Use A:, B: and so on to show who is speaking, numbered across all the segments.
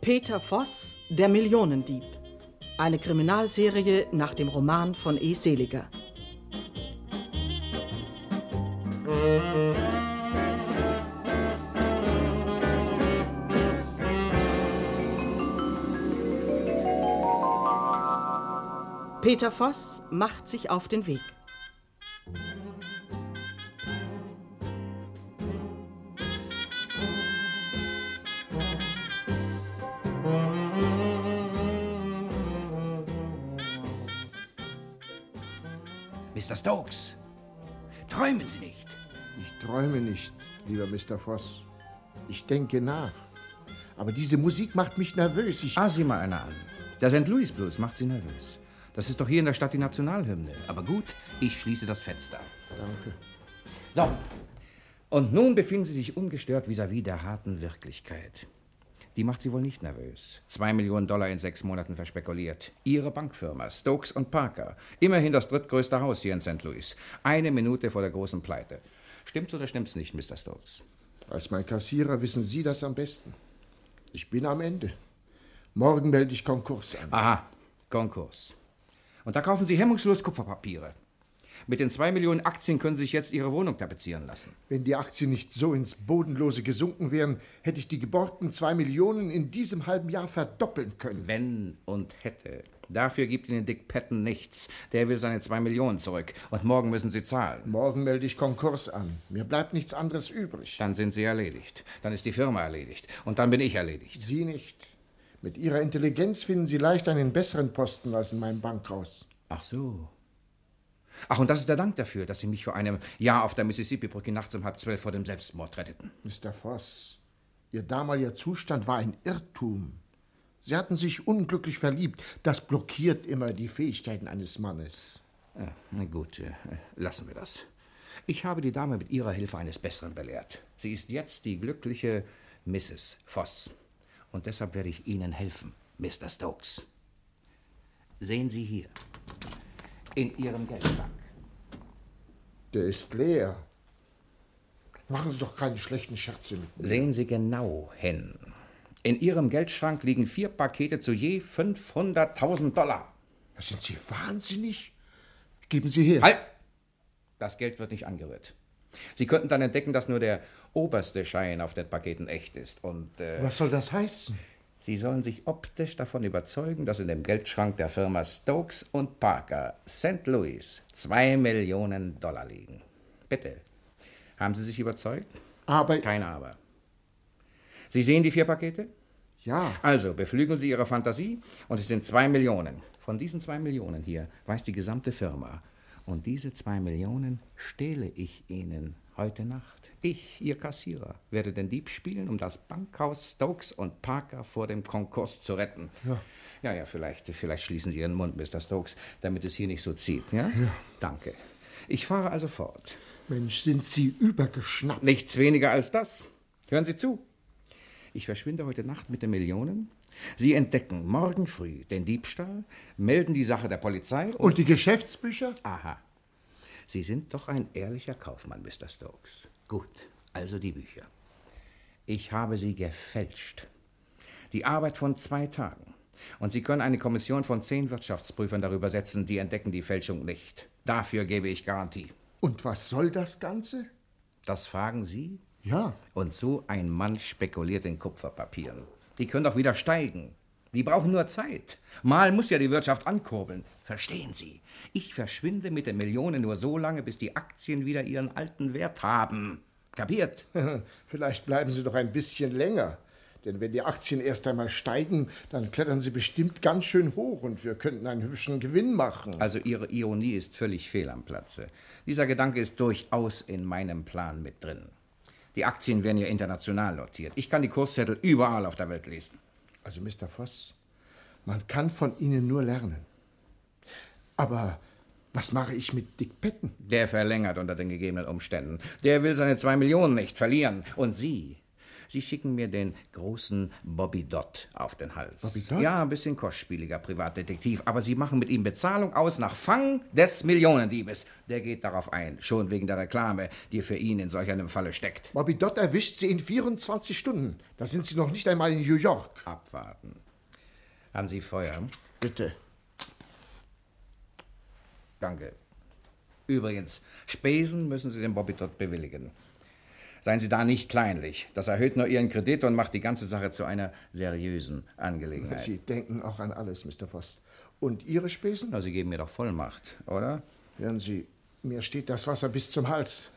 A: Peter Voss, der Millionendieb. Eine Kriminalserie nach dem Roman von E. Seliger. Peter Voss macht sich auf den Weg.
B: Mr. Stokes, träumen Sie nicht.
C: Ich träume nicht, lieber Mr. Voss. Ich denke nach. Aber diese Musik macht mich nervös. Ich
B: Ah, sieh mal einer an. Der St. Louis Blues macht Sie nervös. Das ist doch hier in der Stadt die Nationalhymne. Aber gut, ich schließe das Fenster.
C: danke.
B: So. Und nun befinden Sie sich ungestört vis-à-vis der harten Wirklichkeit. Die macht Sie wohl nicht nervös. Zwei Millionen Dollar in sechs Monaten verspekuliert. Ihre Bankfirma, Stokes und Parker. Immerhin das drittgrößte Haus hier in St. Louis. Eine Minute vor der großen Pleite. Stimmt's oder stimmt's nicht, Mr. Stokes?
C: Als mein Kassierer wissen Sie das am besten. Ich bin am Ende. Morgen melde ich Konkurs an.
B: Aha, Konkurs. Und da kaufen Sie hemmungslos Kupferpapiere. Mit den zwei Millionen Aktien können Sie sich jetzt Ihre Wohnung tapezieren lassen.
C: Wenn die Aktien nicht so ins Bodenlose gesunken wären, hätte ich die geborgten zwei Millionen in diesem halben Jahr verdoppeln können.
B: Wenn und hätte. Dafür gibt Ihnen Dick Patton nichts. Der will seine zwei Millionen zurück. Und morgen müssen Sie zahlen.
C: Morgen melde ich Konkurs an. Mir bleibt nichts anderes übrig.
B: Dann sind Sie erledigt. Dann ist die Firma erledigt. Und dann bin ich erledigt.
C: Sie nicht. Mit Ihrer Intelligenz finden Sie leicht einen besseren Posten als in meinem Bankhaus.
B: Ach so. Ach, und das ist der Dank dafür, dass Sie mich vor einem Jahr auf der Mississippi-Brücke nachts um halb zwölf vor dem Selbstmord retteten.
C: Mr. Voss, Ihr damaliger Zustand war ein Irrtum. Sie hatten sich unglücklich verliebt. Das blockiert immer die Fähigkeiten eines Mannes.
B: Ja, Na gut, äh, lassen wir das. Ich habe die Dame mit ihrer Hilfe eines Besseren belehrt. Sie ist jetzt die glückliche Mrs. Voss. Und deshalb werde ich Ihnen helfen, Mr. Stokes. Sehen Sie hier, in Ihrem Geldsack.
C: Der ist leer. Machen Sie doch keine schlechten Scherze mit mir.
B: Sehen Sie genau hin. In Ihrem Geldschrank liegen vier Pakete zu je 500.000 Dollar.
C: Sind Sie wahnsinnig? Geben Sie her.
B: Halt! Das Geld wird nicht angerührt. Sie könnten dann entdecken, dass nur der oberste Schein auf den Paketen echt ist. Und äh,
C: Was soll das heißen?
B: Sie sollen sich optisch davon überzeugen, dass in dem Geldschrank der Firma Stokes und Parker St. Louis zwei Millionen Dollar liegen. Bitte. Haben Sie sich überzeugt?
C: Aber
B: Kein Aber. Sie sehen die vier Pakete?
C: ja,
B: Also, beflügeln Sie Ihre Fantasie und es sind zwei Millionen. Von diesen zwei Millionen hier weiß die gesamte Firma. Und diese zwei Millionen stehle ich Ihnen heute Nacht. Ich, Ihr Kassierer, werde den Dieb spielen, um das Bankhaus Stokes und Parker vor dem Konkurs zu retten. Ja, ja, vielleicht, vielleicht schließen Sie Ihren Mund, Mr. Stokes, damit es hier nicht so zieht. Ja? ja. Danke. Ich fahre also fort.
C: Mensch, sind Sie übergeschnappt.
B: Nichts weniger als das. Hören Sie zu. Ich verschwinde heute Nacht mit den Millionen. Sie entdecken morgen früh den Diebstahl, melden die Sache der Polizei und.
C: Und die Geschäftsbücher?
B: Aha. Sie sind doch ein ehrlicher Kaufmann, Mr. Stokes. Gut, also die Bücher. Ich habe sie gefälscht. Die Arbeit von zwei Tagen. Und Sie können eine Kommission von zehn Wirtschaftsprüfern darüber setzen, die entdecken die Fälschung nicht. Dafür gebe ich Garantie.
C: Und was soll das Ganze?
B: Das fragen Sie?
C: Ja,
B: Und so ein Mann spekuliert in Kupferpapieren. Die können doch wieder steigen. Die brauchen nur Zeit. Mal muss ja die Wirtschaft ankurbeln. Verstehen Sie? Ich verschwinde mit den Millionen nur so lange, bis die Aktien wieder ihren alten Wert haben. Kapiert?
C: vielleicht bleiben Sie doch ein bisschen länger. Denn wenn die Aktien erst einmal steigen, dann klettern sie bestimmt ganz schön hoch und wir könnten einen hübschen Gewinn machen.
B: Also Ihre Ironie ist völlig fehl am Platze. Dieser Gedanke ist durchaus in meinem Plan mit drin. Die Aktien werden ja international notiert. Ich kann die Kurszettel überall auf der Welt lesen.
C: Also, Mr. Voss, man kann von Ihnen nur lernen. Aber was mache ich mit Dick Patton?
B: Der verlängert unter den gegebenen Umständen. Der will seine zwei Millionen nicht verlieren. Und Sie, Sie schicken mir den großen Bobby Dodd auf den Hals.
C: Bobby Dodd?
B: Ja, ein bisschen kostspieliger Privatdetektiv, aber Sie machen mit ihm Bezahlung aus nach Fang des Millionendiebes. Der geht darauf ein, schon wegen der Reklame, die für ihn in solch einem Falle steckt.
C: Bobby Dodd erwischt Sie in 24 Stunden. Da sind Sie noch nicht einmal in New York.
B: Abwarten. Haben Sie Feuer?
C: Bitte.
B: Danke. Übrigens, Spesen müssen Sie dem Bobby Dodd bewilligen. Seien Sie da nicht kleinlich. Das erhöht nur Ihren Kredit und macht die ganze Sache zu einer seriösen Angelegenheit.
C: Sie denken auch an alles, Mr. Voss. Und Ihre Spesen?
B: Na, Sie geben mir doch Vollmacht, oder?
C: Hören Sie, mir steht das Wasser bis zum Hals.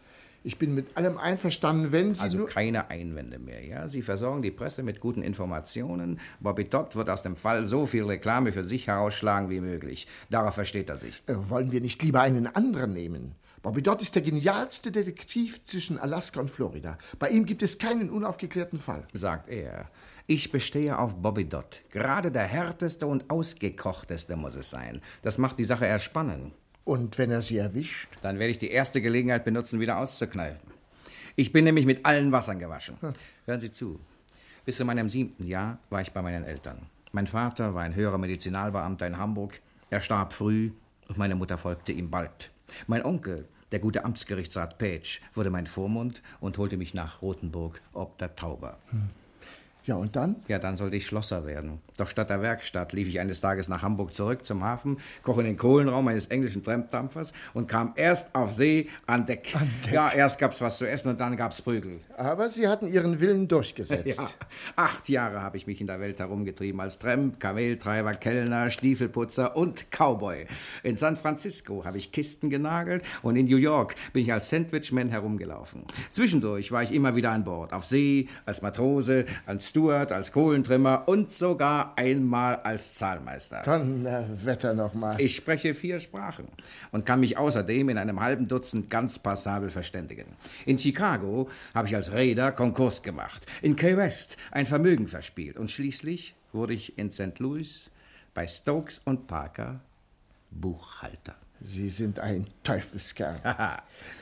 C: Ich bin mit allem einverstanden, wenn Sie
B: Also
C: nur...
B: keine Einwände mehr, ja? Sie versorgen die Presse mit guten Informationen. Bobby Todd wird aus dem Fall so viel Reklame für sich herausschlagen wie möglich. Darauf versteht er sich.
C: Äh, Wollen wir nicht lieber einen anderen nehmen? Bobby Dodd ist der genialste Detektiv zwischen Alaska und Florida. Bei ihm gibt es keinen unaufgeklärten Fall.
B: sagt er. Ich bestehe auf Bobby Dodd. Gerade der härteste und ausgekochteste muss es sein. Das macht die Sache erst spannend.
C: Und wenn er Sie erwischt?
B: Dann werde ich die erste Gelegenheit benutzen, wieder auszukneifen. Ich bin nämlich mit allen Wassern gewaschen. Hören Sie zu. Bis zu meinem siebten Jahr war ich bei meinen Eltern. Mein Vater war ein höherer Medizinalbeamter in Hamburg. Er starb früh und meine Mutter folgte ihm bald. Mein Onkel, der gute Amtsgerichtsrat Page, wurde mein Vormund und holte mich nach Rothenburg ob der Tauber.
C: Ja, und dann?
B: Ja, dann sollte ich Schlosser werden. Doch statt der Werkstatt lief ich eines Tages nach Hamburg zurück zum Hafen, kroch in den Kohlenraum eines englischen Tramdampfers und kam erst auf See an Deck. Ja, erst gab's was zu essen und dann gab's Prügel.
C: Aber Sie hatten Ihren Willen durchgesetzt.
B: Ja, acht Jahre habe ich mich in der Welt herumgetrieben als Tramp, Kameltreiber, Kellner, Stiefelputzer und Cowboy. In San Francisco habe ich Kisten genagelt und in New York bin ich als Sandwichman herumgelaufen. Zwischendurch war ich immer wieder an Bord, auf See, als Matrose, als Steward, als Kohlentrimmer und sogar einmal als Zahlmeister.
C: Donnerwetter nochmal.
B: Ich spreche vier Sprachen und kann mich außerdem in einem halben Dutzend ganz passabel verständigen. In Chicago habe ich als Raider Konkurs gemacht, in Key West ein Vermögen verspielt und schließlich wurde ich in St. Louis bei Stokes und Parker Buchhalter.
C: Sie sind ein Teufelskerl.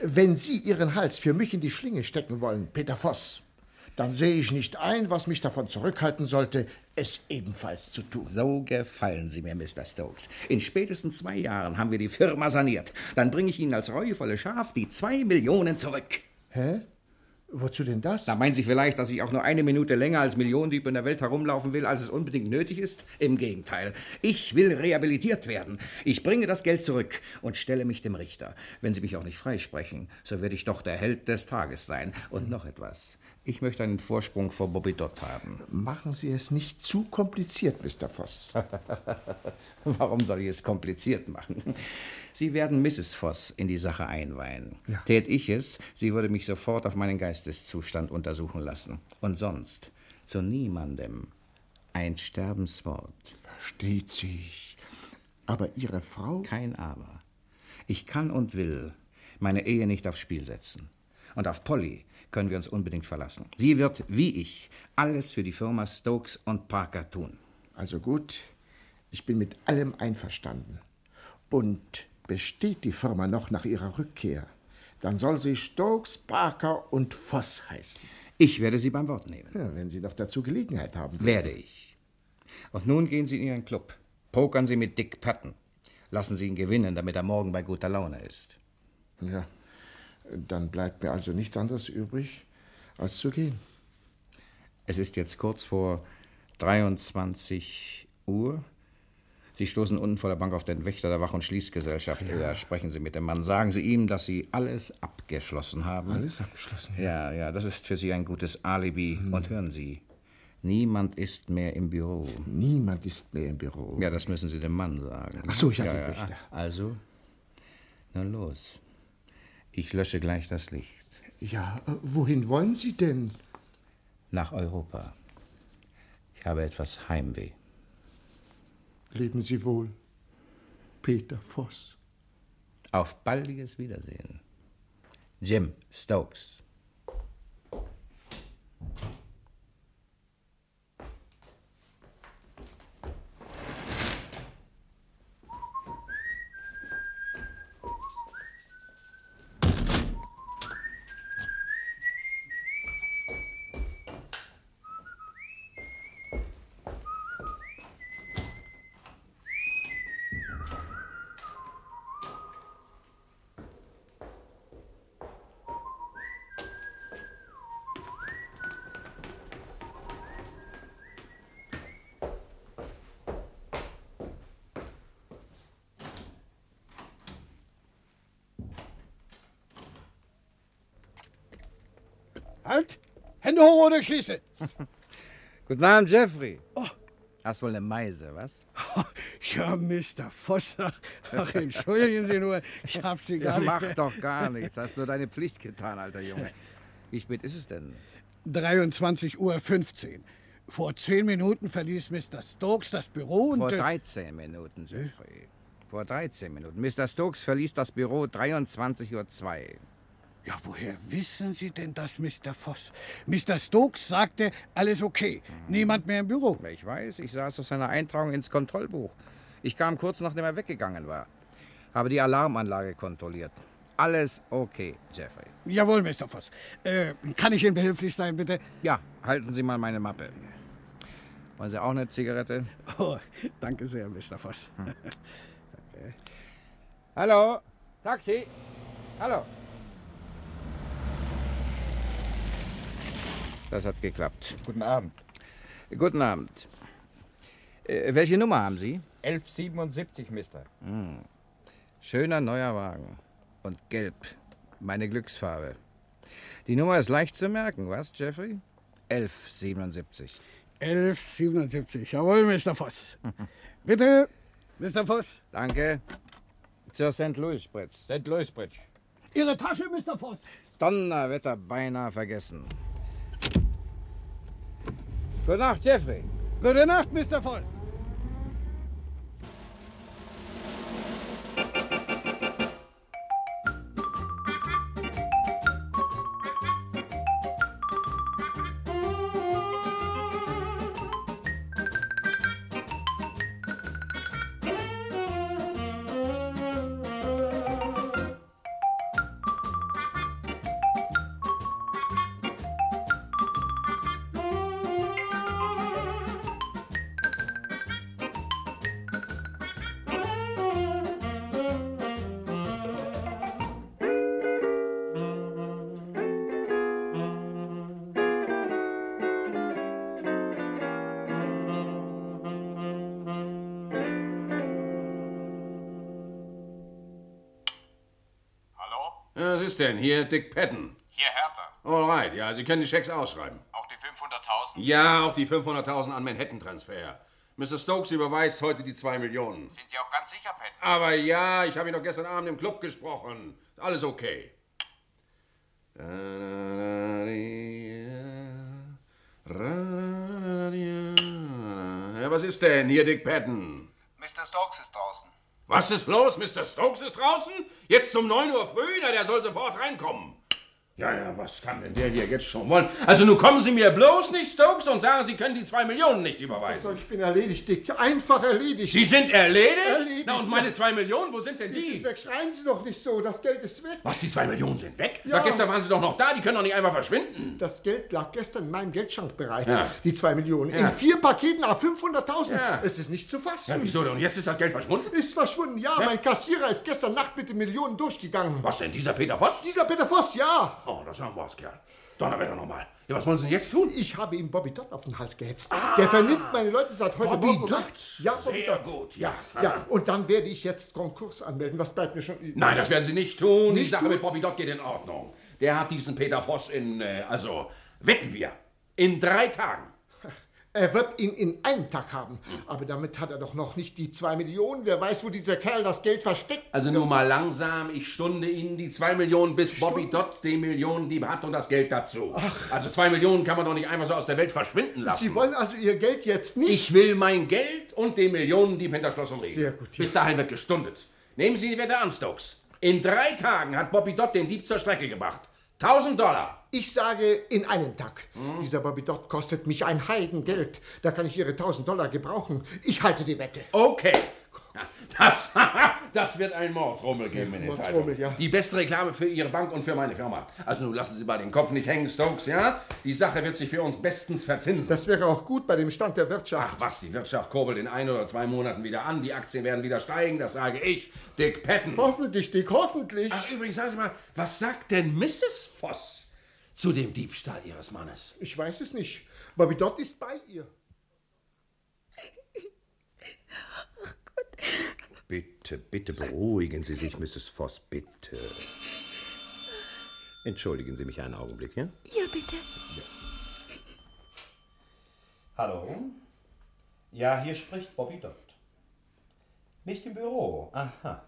C: Wenn Sie Ihren Hals für mich in die Schlinge stecken wollen, Peter Voss, dann sehe ich nicht ein, was mich davon zurückhalten sollte, es ebenfalls zu tun.
B: So gefallen Sie mir, Mr. Stokes. In spätestens zwei Jahren haben wir die Firma saniert. Dann bringe ich Ihnen als reuevolle Schaf die zwei Millionen zurück.
C: Hä? Wozu denn das?
B: Da meinen Sie vielleicht, dass ich auch nur eine Minute länger als Millionendieb in der Welt herumlaufen will, als es unbedingt nötig ist? Im Gegenteil. Ich will rehabilitiert werden. Ich bringe das Geld zurück und stelle mich dem Richter. Wenn Sie mich auch nicht freisprechen, so werde ich doch der Held des Tages sein. Und noch etwas. Ich möchte einen Vorsprung vor Bobby Dodd haben.
C: Machen Sie es nicht zu kompliziert, Mr. Voss.
B: Warum soll ich es kompliziert machen? Sie werden Mrs. Voss in die Sache einweihen.
C: Ja.
B: Tät ich es, sie würde mich sofort auf meinen Geisteszustand untersuchen lassen. Und sonst zu niemandem ein Sterbenswort.
C: Versteht sich. Aber Ihre Frau?
B: Kein Aber. Ich kann und will meine Ehe nicht aufs Spiel setzen. Und auf Polly können wir uns unbedingt verlassen. Sie wird, wie ich, alles für die Firma Stokes und Parker tun.
C: Also gut, ich bin mit allem einverstanden. Und besteht die Firma noch nach Ihrer Rückkehr, dann soll sie Stokes, Parker und Voss heißen.
B: Ich werde sie beim Wort nehmen.
C: Ja, wenn Sie noch dazu Gelegenheit haben.
B: Werde ich. Und nun gehen Sie in Ihren Club. Pokern Sie mit Dick Patton. Lassen Sie ihn gewinnen, damit er morgen bei guter Laune ist.
C: Ja, dann bleibt mir also nichts anderes übrig, als zu gehen.
B: Es ist jetzt kurz vor 23 Uhr. Sie stoßen unten vor der Bank auf den Wächter der Wach- und Schließgesellschaft. Ja. Sprechen Sie mit dem Mann. Sagen Sie ihm, dass Sie alles abgeschlossen haben.
C: Alles abgeschlossen.
B: Ja, ja, das ist für Sie ein gutes Alibi. Und hören Sie, niemand ist mehr im Büro.
C: Niemand ist mehr im Büro.
B: Ja, das müssen Sie dem Mann sagen. ne?
C: Ach so, ich hatte den Wächter.
B: Also, na los. Ich lösche gleich das Licht.
C: Ja, äh, wohin wollen Sie denn?
B: Nach Europa. Ich habe etwas Heimweh.
C: Leben Sie wohl, Peter Voss.
B: Auf baldiges Wiedersehen. Jim Stokes.
D: Halt! Hände hoch oder ich schieße!
B: Guten Abend, Jeffrey.
C: Oh.
B: Hast wohl eine Meise, was?
D: Ja, Mr. Voss, ach, ach, entschuldigen Sie nur, ich hab Sie gar
B: Ja,
D: nicht.
B: mach doch gar nichts. Hast nur deine Pflicht getan, alter Junge. Wie spät ist es denn?
D: 23.15 Uhr. 15. Vor zehn Minuten verließ Mr. Stokes das Büro und...
B: Vor
D: äh,
B: 13 Minuten, Jeffrey. Vor 13 Minuten. Mr. Stokes verließ das Büro 23.02 Uhr.
D: Ja, woher wissen Sie denn das, Mr. Voss? Mr. Stokes sagte, alles okay, niemand mehr im Büro.
B: Ich weiß, ich sah es aus seiner Eintragung ins Kontrollbuch. Ich kam kurz nachdem er weggegangen war. Habe die Alarmanlage kontrolliert. Alles okay, Jeffrey.
D: Jawohl, Mr. Voss. Äh, kann ich Ihnen behilflich sein, bitte?
B: Ja, halten Sie mal meine Mappe. Wollen Sie auch eine Zigarette?
D: Oh, danke sehr, Mr. Voss.
B: Hallo? Taxi? Hallo? Das hat geklappt.
E: Guten Abend.
B: Guten Abend. Äh, welche Nummer haben Sie?
E: 1177, Mister.
B: Schöner neuer Wagen. Und gelb. Meine Glücksfarbe. Die Nummer ist leicht zu merken, was, Jeffrey? 1177.
D: 1177, jawohl, Mr. Voss. bitte, Mr. Voss.
B: Danke. Zur St. Louis Spritz.
E: St. Louis Bridge.
D: Ihre Tasche, Mr. Voss.
B: Donnerwetter beinahe vergessen. Gute Nacht, Jeffrey.
D: Gute Nacht, Mr. Voss.
F: Hallo?
G: Ja, Was ist denn? Hier, Dick Patton.
F: Hier Hertha.
G: Alright, ja, Sie können die Schecks ausschreiben.
F: Auch die 500.000.
G: Ja, auch die 500.000 an Manhattan-Transfer. Mr. Stokes überweist heute die 2 Millionen.
F: Sind Sie auch ganz sicher, Patton?
G: Aber ja, ich habe ihn doch gestern Abend im Club gesprochen. Alles okay. Ja, was ist denn hier, Dick Patton?
F: Mr. Stokes ist draußen.
G: Was ist los? Mr. Stokes ist draußen? Jetzt um 9 Uhr früh? Na, der soll sofort reinkommen. Ja, ja, was kann denn der hier jetzt schon wollen? Also nun kommen Sie mir bloß nicht, Stokes, und sagen, Sie können die zwei Millionen nicht
C: So,
G: überweisen.
C: ich bin erledigt, Dick. Einfach erledigt.
G: Sie sind erledigt?
C: Erledigt,
G: Na, und meine zwei Millionen, wo sind denn
C: Die sind
G: die?
C: weg. Schreien Sie doch nicht so. Das Geld ist weg.
G: Was, die zwei Millionen sind weg?
C: Ja.
G: Na, gestern waren Sie doch noch da, die können doch nicht einfach verschwinden.
C: Das Geld lag gestern in meinem Geldschrank bereit.
G: Ja.
C: Die zwei Millionen. In
G: Ja.
C: vier Paketen auf 500.000.
G: Ja.
C: Es ist nicht zu fassen.
G: Ja, wieso denn? Und jetzt ist das Geld verschwunden?
C: Ist verschwunden, ja. Mein Kassierer ist gestern Nacht mit den Millionen durchgegangen.
G: Was denn, dieser Peter Voss?
C: Dieser Peter Voss, ja.
G: Oh, das ist ja ein Mordskerl. Donnerwetter nochmal. Ja, was wollen Sie denn jetzt tun?
C: Ich habe ihm Bobby Dodd auf den Hals gehetzt. Der vernimmt meine Leute seit heute
G: Ah. Bobby
C: Morgen. um
G: Dodd?
C: acht. Ja, Bobby
G: Sehr
C: Dodd.
G: gut, ja.
C: Ja, und dann werde ich jetzt Konkurs anmelden. Was bleibt mir schon übrig?
G: Nein, das werden Sie nicht tun. die
C: Nicht
G: Sache
C: tun?
G: mit Bobby Dodd geht in Ordnung. Der hat diesen Peter Voss in, äh, also, wetten wir, in drei Tagen.
C: Er wird ihn in einem Tag haben. Aber damit hat er doch noch nicht die zwei Millionen. Wer weiß, wo dieser Kerl das Geld versteckt.
G: Also nur mal langsam, ich stunde Ihnen die zwei Millionen, bis Bobby Dodd den Millionendieb hat und das Geld dazu. Also zwei Millionen kann man doch nicht einfach so aus der Welt verschwinden lassen.
C: Sie wollen also Ihr Geld jetzt nicht?
G: ich will mein Geld und den Millionendieb hinter Schloss und Riegel.
C: Sehr gut, ja.
G: Bis dahin wird gestundet. Nehmen Sie die Wette an, Stokes. In drei Tagen hat Bobby Dodd den Dieb zur Strecke gebracht. 1000 Dollar.
C: Ich sage in einem Tag.
G: Hm.
C: Dieser Bobby Dodd kostet mich ein Heidengeld. Da kann ich Ihre 1000 Dollar gebrauchen. Ich halte die Wette.
G: Okay. Das, das wird ein Mordsrummel geben in den
C: Mordsrummel,
G: Zeitungen.
C: ja.
G: Die beste Reklame für Ihre Bank und für meine Firma. Also nun lassen Sie mal den Kopf nicht hängen, Stokes, ja? Die Sache wird sich für uns bestens verzinsen.
C: Das wäre auch gut bei dem Stand der Wirtschaft.
G: Ach was, die Wirtschaft kurbelt in ein oder zwei Monaten wieder an, die Aktien werden wieder steigen, das sage ich, Dick Patton.
C: Hoffentlich, Dick, hoffentlich.
G: Ach übrigens, sagen Sie mal, was sagt denn Mrs. Voss zu dem Diebstahl Ihres Mannes?
C: Ich weiß es nicht. Bobby Dodd ist bei ihr.
H: Bitte, bitte beruhigen Sie sich, Mrs. Voss, bitte. Entschuldigen Sie mich einen Augenblick, ja?
I: Hier bitte.
H: Hallo? Ja, hier spricht Bobby Dodd. Nicht im Büro. Aha.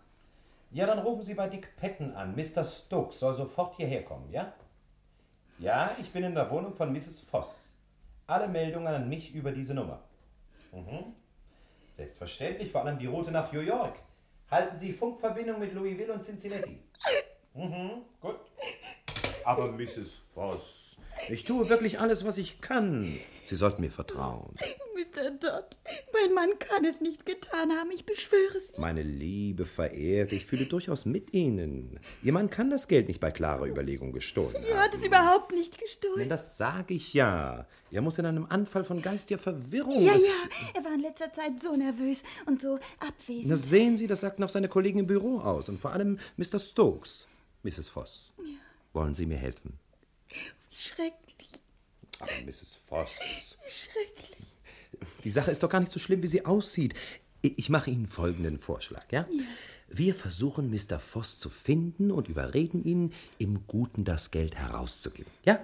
H: Ja, dann rufen Sie bei Dick Patton an. Mr. Stokes soll sofort hierher kommen, ja? Ja, ich bin in der Wohnung von Mrs. Voss. Alle Meldungen an mich über diese Nummer. Mhm. Selbstverständlich, vor allem die Route nach New York. Halten Sie Funkverbindung mit Louisville und Cincinnati. Mhm, gut. Aber Mrs. Voss, ich tue wirklich alles, was ich kann. Sie sollten mir vertrauen.
I: Mr. Dodd, mein Mann kann es nicht getan haben, ich beschwöre es.
H: Meine Liebe verehrte, ich fühle durchaus mit Ihnen. Ihr Mann kann das Geld nicht bei klarer Überlegung gestohlen
I: Ihr hat es überhaupt nicht
H: Denn
I: gestohlen.
H: das sage ich ja. Er muss in einem Anfall von geistiger Verwirrung.
I: Ja, ja, er war in letzter Zeit so nervös und so
H: Na,
I: abwesend.
H: sehen Sie, das sagt noch seine Kollegen im Büro aus. Und vor allem Mr. Stokes. Mrs. Voss. Wollen Sie mir helfen?
I: Schrecklich,
H: Ach, Mrs. Voss.
I: schrecklich.
H: Die Sache ist doch gar nicht so schlimm, wie sie aussieht. I- Ich mache Ihnen folgenden Vorschlag, ja? Wir versuchen, Mr. Voss zu finden und überreden ihn, im Guten das Geld herauszugeben, ja?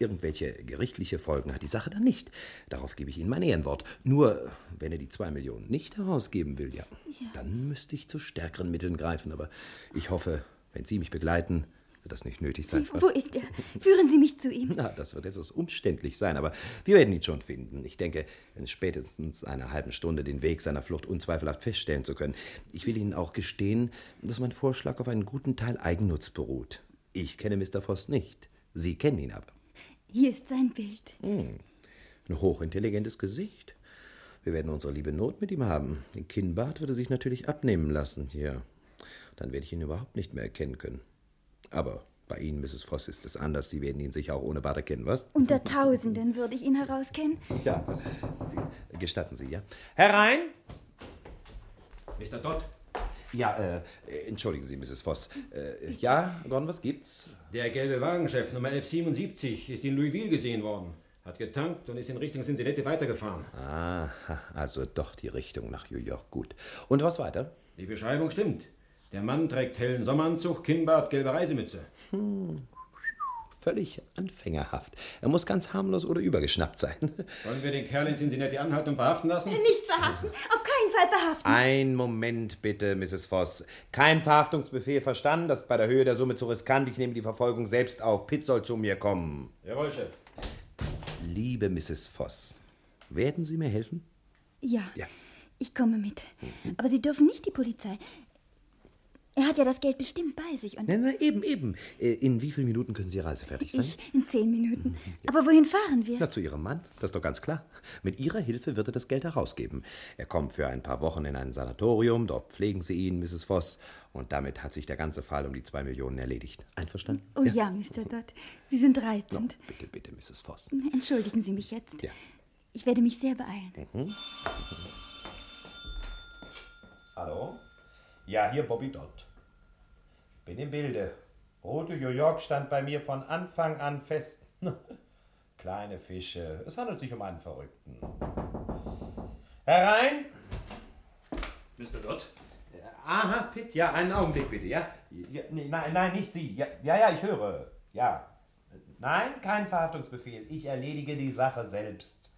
H: Irgendwelche gerichtliche Folgen hat die Sache dann nicht. Darauf gebe ich Ihnen mein Ehrenwort. Nur, wenn er die zwei Millionen nicht herausgeben will, ja, dann müsste ich zu stärkeren Mitteln greifen. Aber ich hoffe, wenn Sie mich begleiten, wird das nicht nötig sein.
I: Wo ist er? Führen Sie mich zu ihm.
H: Na, das wird etwas umständlich sein, aber wir werden ihn schon finden. Ich denke, in spätestens einer halben Stunde den Weg seiner Flucht unzweifelhaft feststellen zu können. Ich will Ihnen auch gestehen, dass mein Vorschlag auf einen guten Teil Eigennutz beruht. Ich kenne Mr. Voss nicht. Sie kennen ihn aber.
I: Hier ist sein Bild.
H: Ein hochintelligentes Gesicht. Wir werden unsere liebe Not mit ihm haben. Den Kinnbart würde sich natürlich abnehmen lassen hier. Dann werde ich ihn überhaupt nicht mehr erkennen können. Aber bei Ihnen, Mrs. Voss, ist es anders. Sie werden ihn sicher auch ohne Bart erkennen, was?
I: Unter Tausenden würde ich ihn herauskennen.
H: Ja, gestatten Sie, ja? Herein!
G: Mr. Dodd,
H: Ja, äh, entschuldigen Sie, Mrs. Voss. Äh, ja, Gordon, was gibt's?
G: der gelbe Wagenchef Nummer 1177 ist in Louisville gesehen worden. Hat getankt und ist in Richtung Cincinnati weitergefahren.
H: Ah, also doch die Richtung nach New York, gut. Und was weiter?
G: Die Beschreibung stimmt. Der Mann trägt hellen Sommeranzug, Kinnbart, gelbe Reisemütze.
H: Völlig anfängerhaft. Er muss ganz harmlos oder übergeschnappt sein.
G: Wollen wir den Kerl in Cincinnati anhalten und verhaften lassen?
I: Nicht verhaften, auf keinen Fall verhaften.
H: Ein Moment bitte, Mrs. Voss. Kein Verhaftungsbefehl verstanden, das ist bei der Höhe der Summe zu riskant. Ich nehme die Verfolgung selbst auf. Pitt soll zu mir kommen.
G: Jawohl, Chef.
H: Liebe Mrs. Voss, werden Sie mir helfen?
I: Ja,
H: Ja. Mhm.
I: ich komme mit. Aber Sie dürfen nicht die Polizei. Er hat ja das Geld bestimmt bei sich und
H: Nein, nein, eben, eben. Äh, In wie vielen Minuten können Sie reisefertig sein?
I: ich in zehn
H: Mhm.
I: Minuten. Aber wohin fahren wir?
H: Na, zu Ihrem Mann, das ist doch ganz klar. Mit Ihrer Hilfe wird er das Geld herausgeben. Er kommt für ein paar Wochen in ein Sanatorium, dort pflegen Sie ihn, Mrs. Voss. Und damit hat sich der ganze Fall um die zwei Millionen erledigt. Einverstanden?
I: Oh ja, Mr. Dodd, Sie sind reizend. Hm,
H: Bitte, bitte, Mrs. Voss.
I: Entschuldigen Sie mich jetzt.
H: Ja. Hm.
I: Ich werde mich sehr beeilen.
H: Hallo? Ja, hier Bobby Dodd.
E: Bin im Bilde. Rote New York stand bei mir von Anfang an fest. Kleine Fische. Es handelt sich um einen Verrückten. Herein!
J: Mr. Dodd?
E: Aha, Pitt, ja, einen Augenblick bitte, ja? ja nee, nein, nein, nicht Sie. Ja, ja, ja, ich höre. Ja. Nein, kein Verhaftungsbefehl. Ich erledige die Sache selbst.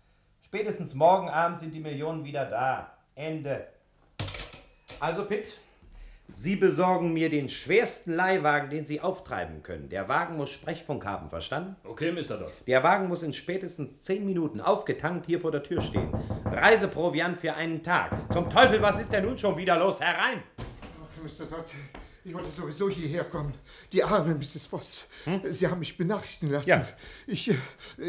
E: Spätestens morgen Abend sind die Millionen wieder da. Ende.
H: Also, Pitt, Sie besorgen mir den schwersten Leihwagen, den Sie auftreiben können. Der Wagen muss Sprechfunk haben, verstanden?
J: Okay, Mr. Dodd.
H: Der Wagen muss in spätestens zehn Minuten aufgetankt hier vor der Tür stehen. Reiseproviant für einen Tag. Zum Teufel, was ist denn nun schon wieder los? Herein!
C: Ach, Mr. Dodd, ich wollte sowieso hierher kommen. Die arme Mrs. Voss. Sie haben mich benachrichtigen lassen.
H: Ja.
C: Ich, äh,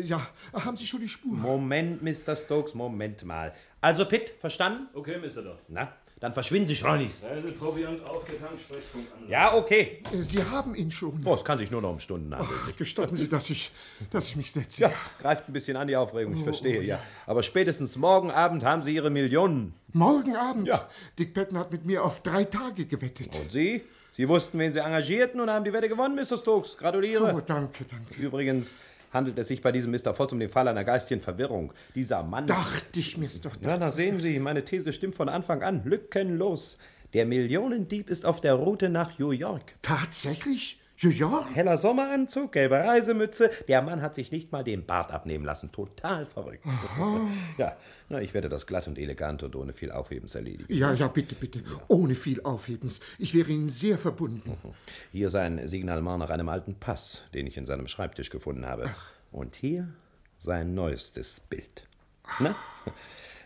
C: ja, haben Sie schon die Spur?
H: Moment, Mr. Stokes, Moment mal. Also, Pitt, verstanden?
J: Okay, Mr. Dodd.
H: Na, dann verschwinden Sie schleunigst.
J: Reiseproviant aufgetankt, Sprechpunkt an.
H: Ja, okay.
C: Äh, Sie haben ihn schon.
H: Oh, es kann sich nur noch um Stunden handeln.
C: Gestatten Sie, dass ich, dass ich mich setze.
H: Ja, greift ein bisschen an die Aufregung, ich verstehe, ja. Aber spätestens morgen Abend haben Sie Ihre Millionen.
C: Morgen Abend.
H: Ja.
C: Dick Patton hat mit mir auf drei Tage gewettet.
H: Und Sie? Sie wussten, wen Sie engagierten und haben die Wette gewonnen, Mr. Stokes. Gratuliere.
C: Oh, danke, danke.
H: Übrigens handelt es sich bei diesem Mr. Voss um den Fall einer geistigen Verwirrung. Dieser Mann.
C: Dachte ich mir's doch.
H: Na, na, sehen Sie, meine These stimmt von Anfang an lückenlos. Der Millionendieb ist auf der Route nach New York.
C: Tatsächlich? Ja, ja.
H: Heller Sommeranzug, gelbe Reisemütze. Der Mann hat sich nicht mal den Bart abnehmen lassen. Total verrückt.
C: Aha.
H: Ja, na, ich werde das glatt und elegant und ohne viel Aufhebens erledigen.
C: Ja, ja, bitte, bitte. Ohne viel Aufhebens. Ich wäre Ihnen sehr verbunden.
H: Hier sein Signalement nach einem alten Pass, den ich in seinem Schreibtisch gefunden habe. Und hier sein neuestes Bild. Na?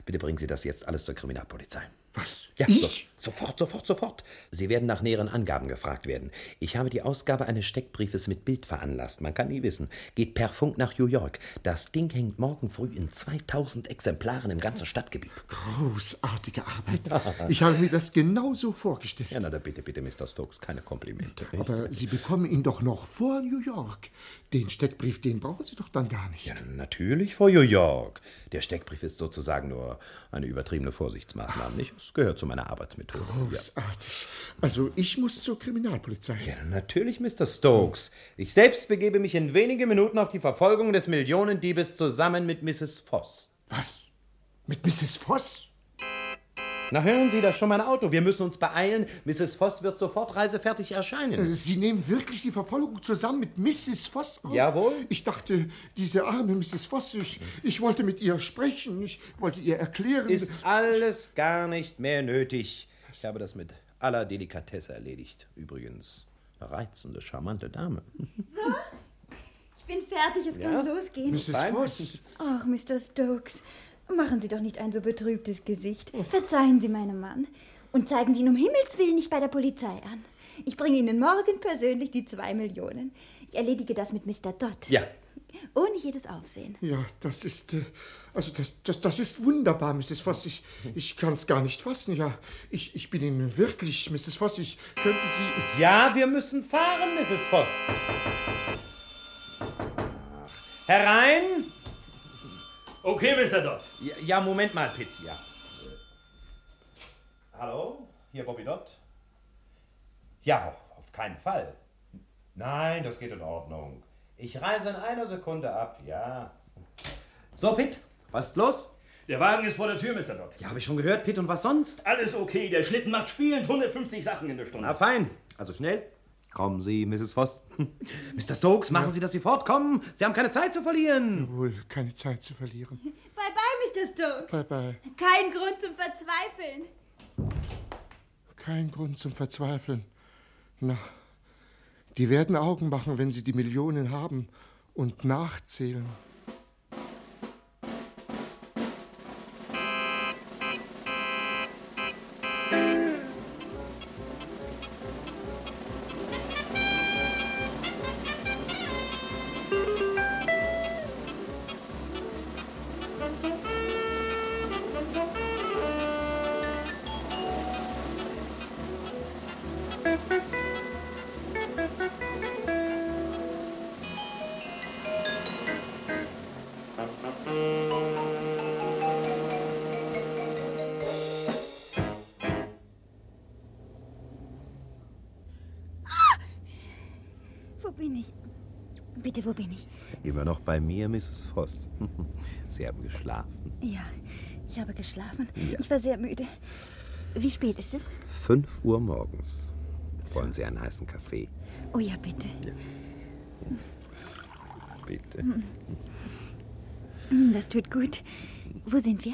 H: Bitte bringen Sie das jetzt alles zur Kriminalpolizei.
C: Was?
H: Ja, ich? So, sofort, sofort, sofort. Sie werden nach näheren Angaben gefragt werden. Ich habe die Ausgabe eines Steckbriefes mit Bild veranlasst. Man kann nie wissen. Geht per Funk nach New York. Das Ding hängt morgen früh in 2000 Exemplaren im ganzen Stadtgebiet.
C: Großartige Arbeit. Ich habe mir das genauso vorgestellt.
H: Ja, na, da bitte, bitte, Mr. Stokes, keine Komplimente.
C: Aber Sie bekommen ihn doch noch vor New York. Den Steckbrief, den brauchen Sie doch dann gar nicht.
H: Genau. Ja, natürlich vor New York. Der Steckbrief ist sozusagen nur eine übertriebene Vorsichtsmaßnahme, nicht? Es gehört zu meiner Arbeitsmethode.
C: Großartig. Also, ich muss zur Kriminalpolizei.
H: Ja, natürlich, Mr. Stokes. Ich selbst begebe mich in wenigen Minuten auf die Verfolgung des Millionendiebes zusammen mit Mrs. Voss.
C: Was? Mit Mrs. Voss?
H: Na, hören Sie, da ist schon mein Auto. Wir müssen uns beeilen. Mrs. Voss wird sofort reisefertig erscheinen.
C: Äh, Sie nehmen wirklich die Verfolgung zusammen mit Mrs. Voss auf?
H: Jawohl.
C: Ich dachte, diese arme Mrs. Voss, ich, ich wollte mit ihr sprechen, ich wollte ihr erklären.
H: Ist alles gar nicht mehr nötig. Ich habe das mit aller Delikatesse erledigt. Übrigens, eine reizende, charmante Dame.
I: So? Ich bin fertig, es
H: Ja?
I: kann losgehen.
H: Mrs. Fein. Voss.
I: Ach, Mr. Stokes, machen Sie doch nicht ein so betrübtes Gesicht. Verzeihen Sie meinem Mann. Und zeigen Sie ihn um Himmels Willen nicht bei der Polizei an. Ich bringe Ihnen morgen persönlich die zwei Millionen. Ich erledige das mit Mr. Dodd.
H: Ja.
I: Ohne jedes Aufsehen.
C: Ja, das ist. äh, Also, das, das, das ist wunderbar, Mrs. Voss. Ich, ich kann es gar nicht fassen, ja. Ich, ich bin Ihnen wirklich, Mrs. Voss, ich könnte Sie.
H: Ja, wir müssen fahren, Mrs. Voss. Herein!
G: Okay, Mr. Dodd.
H: Ja, ja, Moment mal, Pitt, ja.
K: Hallo? Hier Bobby Dott? Ja, auf keinen Fall. Nein, das geht in Ordnung. Ich reise in einer Sekunde ab, ja.
H: So, Pitt, was ist los?
G: Der Wagen ist vor der Tür, Mr. Dodd.
H: Ja, habe ich schon gehört, Pitt, und was sonst?
G: Alles okay, der Schlitten macht spielend 150 Sachen in der Stunde.
H: Na fein, also schnell. Kommen Sie, Mrs. Voss. Mr. Stokes, machen Sie, dass Sie fortkommen. Sie haben keine Zeit zu verlieren.
C: Jawohl, keine Zeit zu verlieren.
I: Bye-bye, Mr. Stokes.
C: Bye, bye.
I: Kein Grund zum Verzweifeln.
C: Kein Grund zum Verzweifeln. Na, die werden Augen machen, wenn sie die Millionen haben und nachzählen.
I: Wo bin ich? Bitte, wo bin ich?
H: Immer noch bei mir, Mrs. Voss. Sie haben geschlafen.
I: Ja, ich habe geschlafen.
H: Ja.
I: Ich war sehr müde. Wie spät ist es?
H: 5 Uhr morgens. Wollen Sie einen heißen Kaffee?
I: Oh ja, bitte.
H: Bitte.
I: Mm, Das tut gut. Wo sind wir?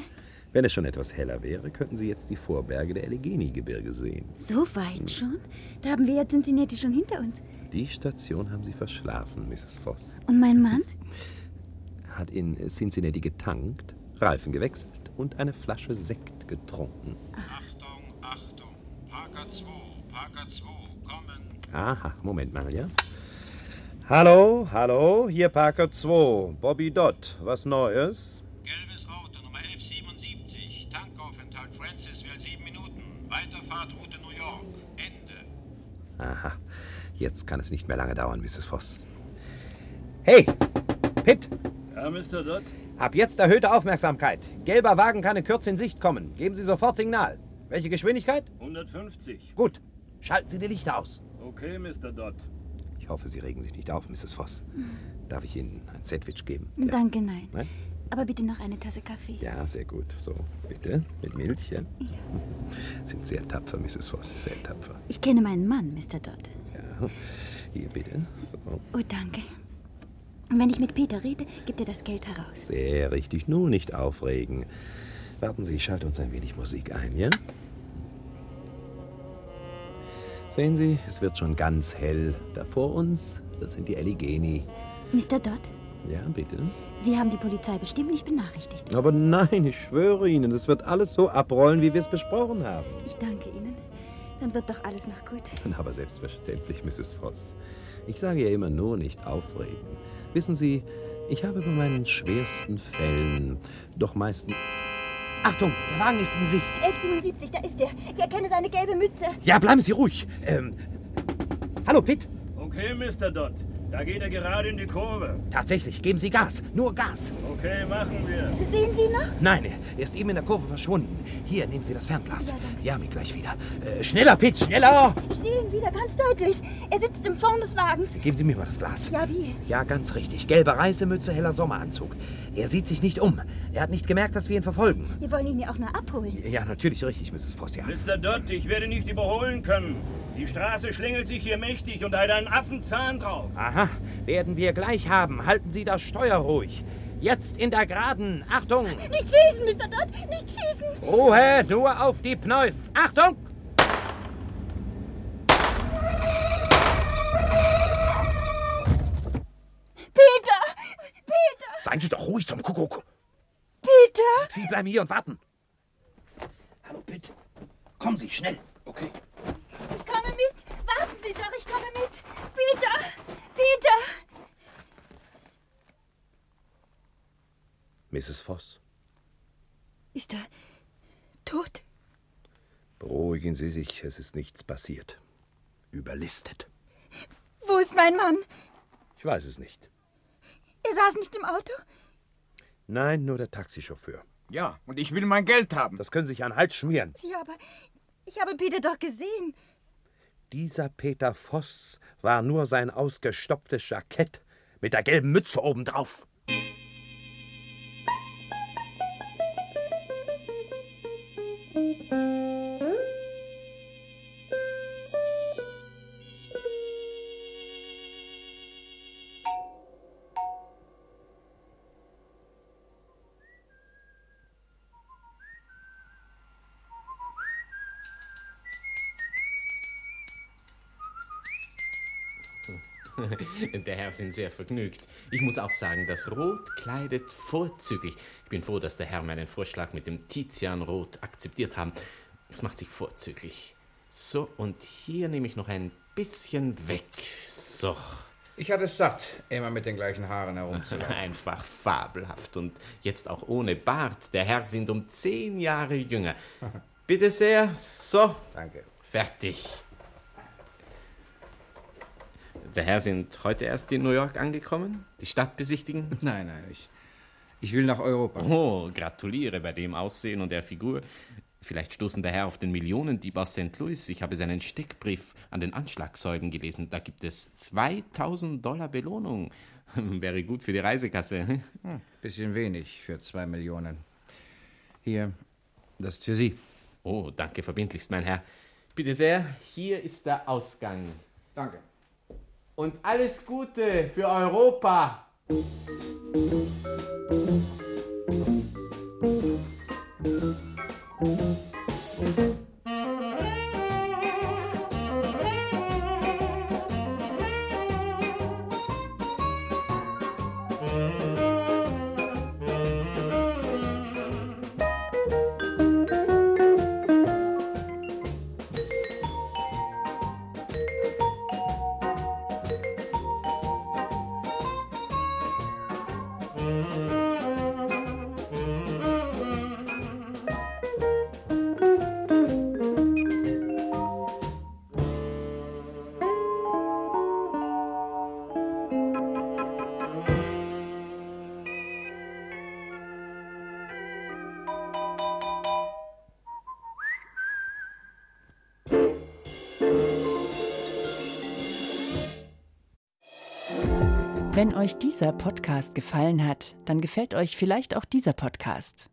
H: Wenn es schon etwas heller wäre, könnten Sie jetzt die Vorberge der Allegheny-Gebirge sehen.
I: So weit schon? Da haben wir ja Cincinnati schon hinter uns.
H: Die Station haben Sie verschlafen, Mrs. Voss.
I: Und mein Mann?
H: Hat in Cincinnati getankt, Reifen gewechselt und eine Flasche Sekt getrunken.
L: Parker 2, Parker 2, kommen.
H: Aha, Moment mal, ja? Hallo, hallo, hier Parker 2, Bobby Dodd, was Neues?
L: Gelbes Auto, Nummer 1177. Tankaufenthalt Francis will 7 Minuten. Weiterfahrtroute New York. Ende.
H: Aha, jetzt kann es nicht mehr lange dauern, Mrs. Voss. Hey, Pitt,
G: Ja, Mr. Dodd?
H: ab jetzt erhöhte Aufmerksamkeit. Gelber Wagen kann in Kürze in Sicht kommen. Geben Sie sofort Signal. Welche Geschwindigkeit?
G: 150.
H: Gut, schalten Sie die Lichter aus.
G: Okay, Mr. Dodd.
H: Ich hoffe, Sie regen sich nicht auf, Mrs. Voss. Darf ich Ihnen ein Sandwich geben?
I: Danke, nein.
H: Nein?
I: Aber bitte noch eine Tasse Kaffee.
H: Ja, sehr gut. So, bitte, mit Milch, ja? Sind sehr tapfer, Mrs. Voss, sehr tapfer.
I: Ich kenne meinen Mann, Mr. Dodd.
H: Ja. Hier, bitte. So.
I: Oh, danke. Und wenn ich mit Peter rede, gibt er das Geld heraus.
H: Sehr richtig. Nun nicht aufregen. Warten Sie, ich schalte uns ein wenig Musik ein, ja? Sehen Sie, es wird schon ganz hell. Da vor uns, das sind die Eligeni.
I: Mr. Dodd,
H: Ja, bitte.
I: Sie haben die Polizei bestimmt nicht benachrichtigt.
H: Aber nein, ich schwöre Ihnen, das wird alles so abrollen, wie wir es besprochen haben.
I: Ich danke Ihnen. Dann wird doch alles noch gut.
H: Aber selbstverständlich, Mrs. Voss. Ich sage ja immer nur nicht aufregen. Wissen Sie, ich habe bei meinen schwersten Fällen doch meistens. Achtung, der Wagen ist in Sicht.
I: 1177, da ist er. Ich erkenne seine gelbe Mütze.
H: Ja, bleiben Sie ruhig. Ähm, hallo, Pitt.
J: Okay, Mr. Dodd. Da geht er gerade in die Kurve.
H: Tatsächlich, geben Sie Gas. Nur Gas.
J: Okay, machen wir.
I: Sehen Sie noch?
H: Nein, er ist eben in der Kurve verschwunden. Hier, nehmen Sie das Fernglas. Ja, mir gleich wieder. Äh, schneller, Pitt, schneller.
I: Ich sehe ihn wieder ganz deutlich. Er sitzt im Fond des Wagens.
H: Geben Sie mir mal das Glas.
I: Ja, wie?
H: Ja, ganz richtig. Gelbe Reisemütze, heller Sommeranzug. Er sieht sich nicht um. Er hat nicht gemerkt, dass wir ihn verfolgen.
I: Wir wollen ihn ja auch nur abholen.
H: Ja, natürlich richtig, Mrs. Voss, ja.
J: Mr. Dodd, ich werde nicht überholen können. Die Straße schlängelt sich hier mächtig und hat einen Affenzahn drauf.
H: Aha, werden wir gleich haben. Halten Sie das Steuer ruhig. Jetzt in der Geraden. Achtung!
I: Nicht schießen, Mr. Dodd! Nicht schießen!
H: Ruhe, nur auf die Pneus. Achtung!
I: Peter! Peter!
H: Seien Sie doch ruhig zum Kuckuck.
I: Peter!
H: Sie bleiben hier und warten. Hallo, Pitt. Kommen Sie schnell. Okay.
I: Ich komme mit! Warten Sie doch, ich komme mit! Peter! Peter!
H: Mrs. Voss,
I: Ist er tot?
H: beruhigen Sie sich. Es ist nichts passiert. Überlistet.
I: Wo ist mein Mann?
H: Ich weiß es nicht.
I: Er saß nicht im Auto?
H: Nein, nur der Taxichauffeur.
M: Ja, und ich will mein Geld haben.
H: Das können Sie sich an den Hals schmieren.
I: Ja, aber ich habe Peter doch gesehen.
H: Dieser Peter Voss war nur sein ausgestopftes Jackett mit der gelben Mütze obendrauf.
G: Der Herr sind sehr vergnügt. Ich muss auch sagen, das Rot kleidet vorzüglich. Ich bin froh, dass der Herr meinen Vorschlag mit dem Tizianrot akzeptiert haben. Es macht sich vorzüglich. So, und hier nehme ich noch ein bisschen weg. So.
B: Ich hatte es satt, immer mit den gleichen Haaren herumzulaufen.
G: Einfach fabelhaft und jetzt auch ohne Bart. Der Herr sind um zehn Jahre jünger. Bitte sehr. So. Danke. Fertig. Der Herr sind heute erst in New York angekommen? Die Stadt besichtigen? Nein, nein, ich, ich will nach Europa. Oh, gratuliere bei dem Aussehen und der Figur. Vielleicht stoßen der Herr auf den Millionendieb aus St. Louis. Ich habe seinen Steckbrief an den Anschlagszeugen gelesen. Da gibt es 2000 Dollar Belohnung. Wäre gut für die Reisekasse.
B: Hm, bisschen wenig für zwei Millionen. Hier, das ist für Sie.
G: Oh, danke verbindlichst, mein Herr. Bitte sehr, hier ist der Ausgang. Danke. Und alles Gute für Europa.
N: Wenn euch dieser Podcast gefallen hat, dann gefällt euch vielleicht auch dieser Podcast.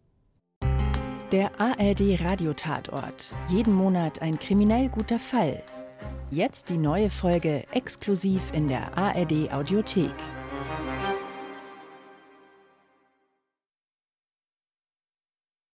N: Der ARD Radiotatort. Jeden Monat ein kriminell guter Fall.
I: Jetzt die neue Folge exklusiv in der ARD Audiothek.